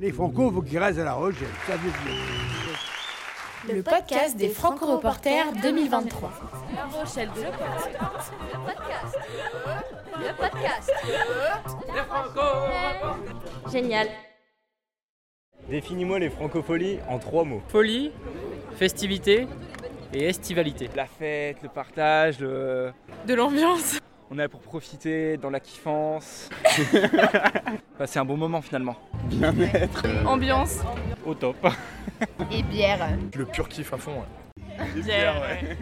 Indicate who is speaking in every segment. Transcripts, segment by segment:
Speaker 1: les Franco, faut qu'ils restent à La Rochelle. Ça veut dire.
Speaker 2: Le podcast des Franco-Reporters 2023.
Speaker 3: La Rochelle de
Speaker 2: Génial.
Speaker 4: Définis-moi les francopholies en trois mots.
Speaker 5: Folie, festivité et estivalité.
Speaker 6: La fête, le partage, le...
Speaker 7: De l'ambiance.
Speaker 6: on est là pour profiter dans la kiffance. Passer un bon moment finalement.
Speaker 7: Euh, Ambiance.
Speaker 4: Au top.
Speaker 8: et bière.
Speaker 9: Le pur kiff à fond.
Speaker 7: Bière, ouais.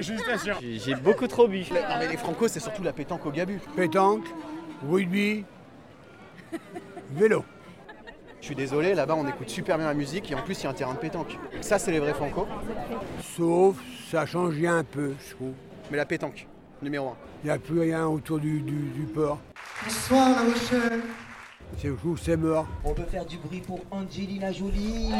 Speaker 4: J'ai j'ai beaucoup trop bu.
Speaker 10: Non mais les Franco c'est surtout la pétanque au gabu.
Speaker 1: Pétanque, rugby, vélo.
Speaker 10: Je suis désolé, là-bas on écoute super bien la musique et en plus il y a un terrain de pétanque. Ça c'est les vrais Franco,
Speaker 1: Sauf, ça change un peu, je trouve.
Speaker 10: mais la pétanque, numéro un.
Speaker 1: Il n'y a plus rien autour du, du- du port. Bonsoir, La Rochelle. Je trouve que c'est mort.
Speaker 11: On peut faire du bruit pour Angelina Jolie.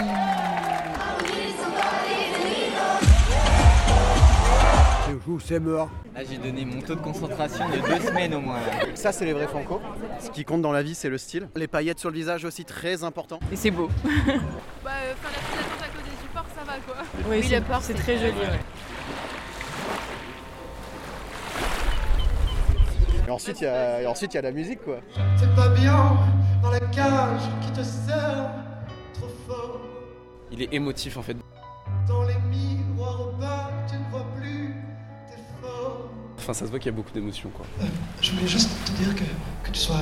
Speaker 1: Je trouve que c'est mort.
Speaker 6: Là j'ai donné mon taux de concentration de deux semaines au moins.
Speaker 10: Ça c'est les vrais Franco. Ce qui compte dans la vie c'est le style. Les paillettes sur le visage aussi très important.
Speaker 7: Et c'est beau.
Speaker 3: Bah, enfin, la file d'attente à côté du port, ça va quoi.
Speaker 7: Oui, le port, c'est très joli. ouais.
Speaker 10: Et ensuite il y a, et ensuite, il y a la musique quoi.
Speaker 11: C'est pas bien dans la cage qui te serre trop fort.
Speaker 6: Il est émotif en fait.
Speaker 11: Dans les miroirs opaques, tu ne vois plus tes formes.
Speaker 6: Enfin ça se voit qu'il y a beaucoup d'émotions quoi.
Speaker 11: Je voulais juste te dire que, que tu sois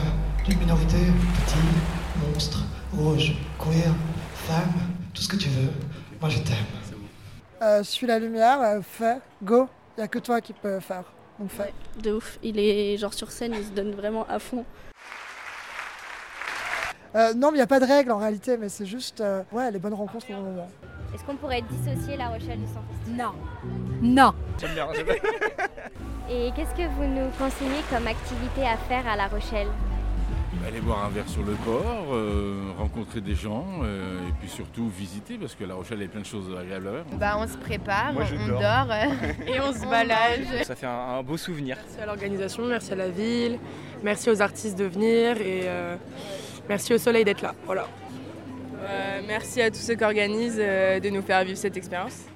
Speaker 11: d'une minorité, petit, monstre, rouge, queer, femme, tout ce que tu veux. Moi je t'aime.
Speaker 12: Euh, suis la lumière, euh, fais, go. Il n'y a que toi qui peux faire. Donc fais.
Speaker 2: De ouf, il est genre sur scène, il se donne vraiment à fond.
Speaker 12: Euh, non, mais il n'y a pas de règle en réalité, mais c'est juste euh, ouais, les bonnes rencontres au bon moment.
Speaker 8: Est-ce qu'on pourrait dissocier La Rochelle du centre
Speaker 3: Non. Non.
Speaker 6: J'aime bien,
Speaker 7: Ah,
Speaker 6: j'aime bien.
Speaker 8: Et qu'est-ce que vous nous conseillez comme activité à faire à La Rochelle
Speaker 9: Aller boire un verre sur le port, euh, rencontrer des gens euh, et puis surtout visiter parce que La Rochelle il y a plein de choses agréables à faire.
Speaker 8: Bah on se prépare,
Speaker 4: Moi, je
Speaker 8: on
Speaker 4: dors.
Speaker 8: dort.
Speaker 7: Et on se
Speaker 8: On
Speaker 7: balade.
Speaker 6: Ça fait un, un beau souvenir.
Speaker 7: Oh, Merci à l'organisation, merci à la ville, merci aux artistes de venir et euh, merci au Euh, soleil d'être là. Voilà. merci à tous ceux qui organisent de nous euh, faire vivre cette expérience.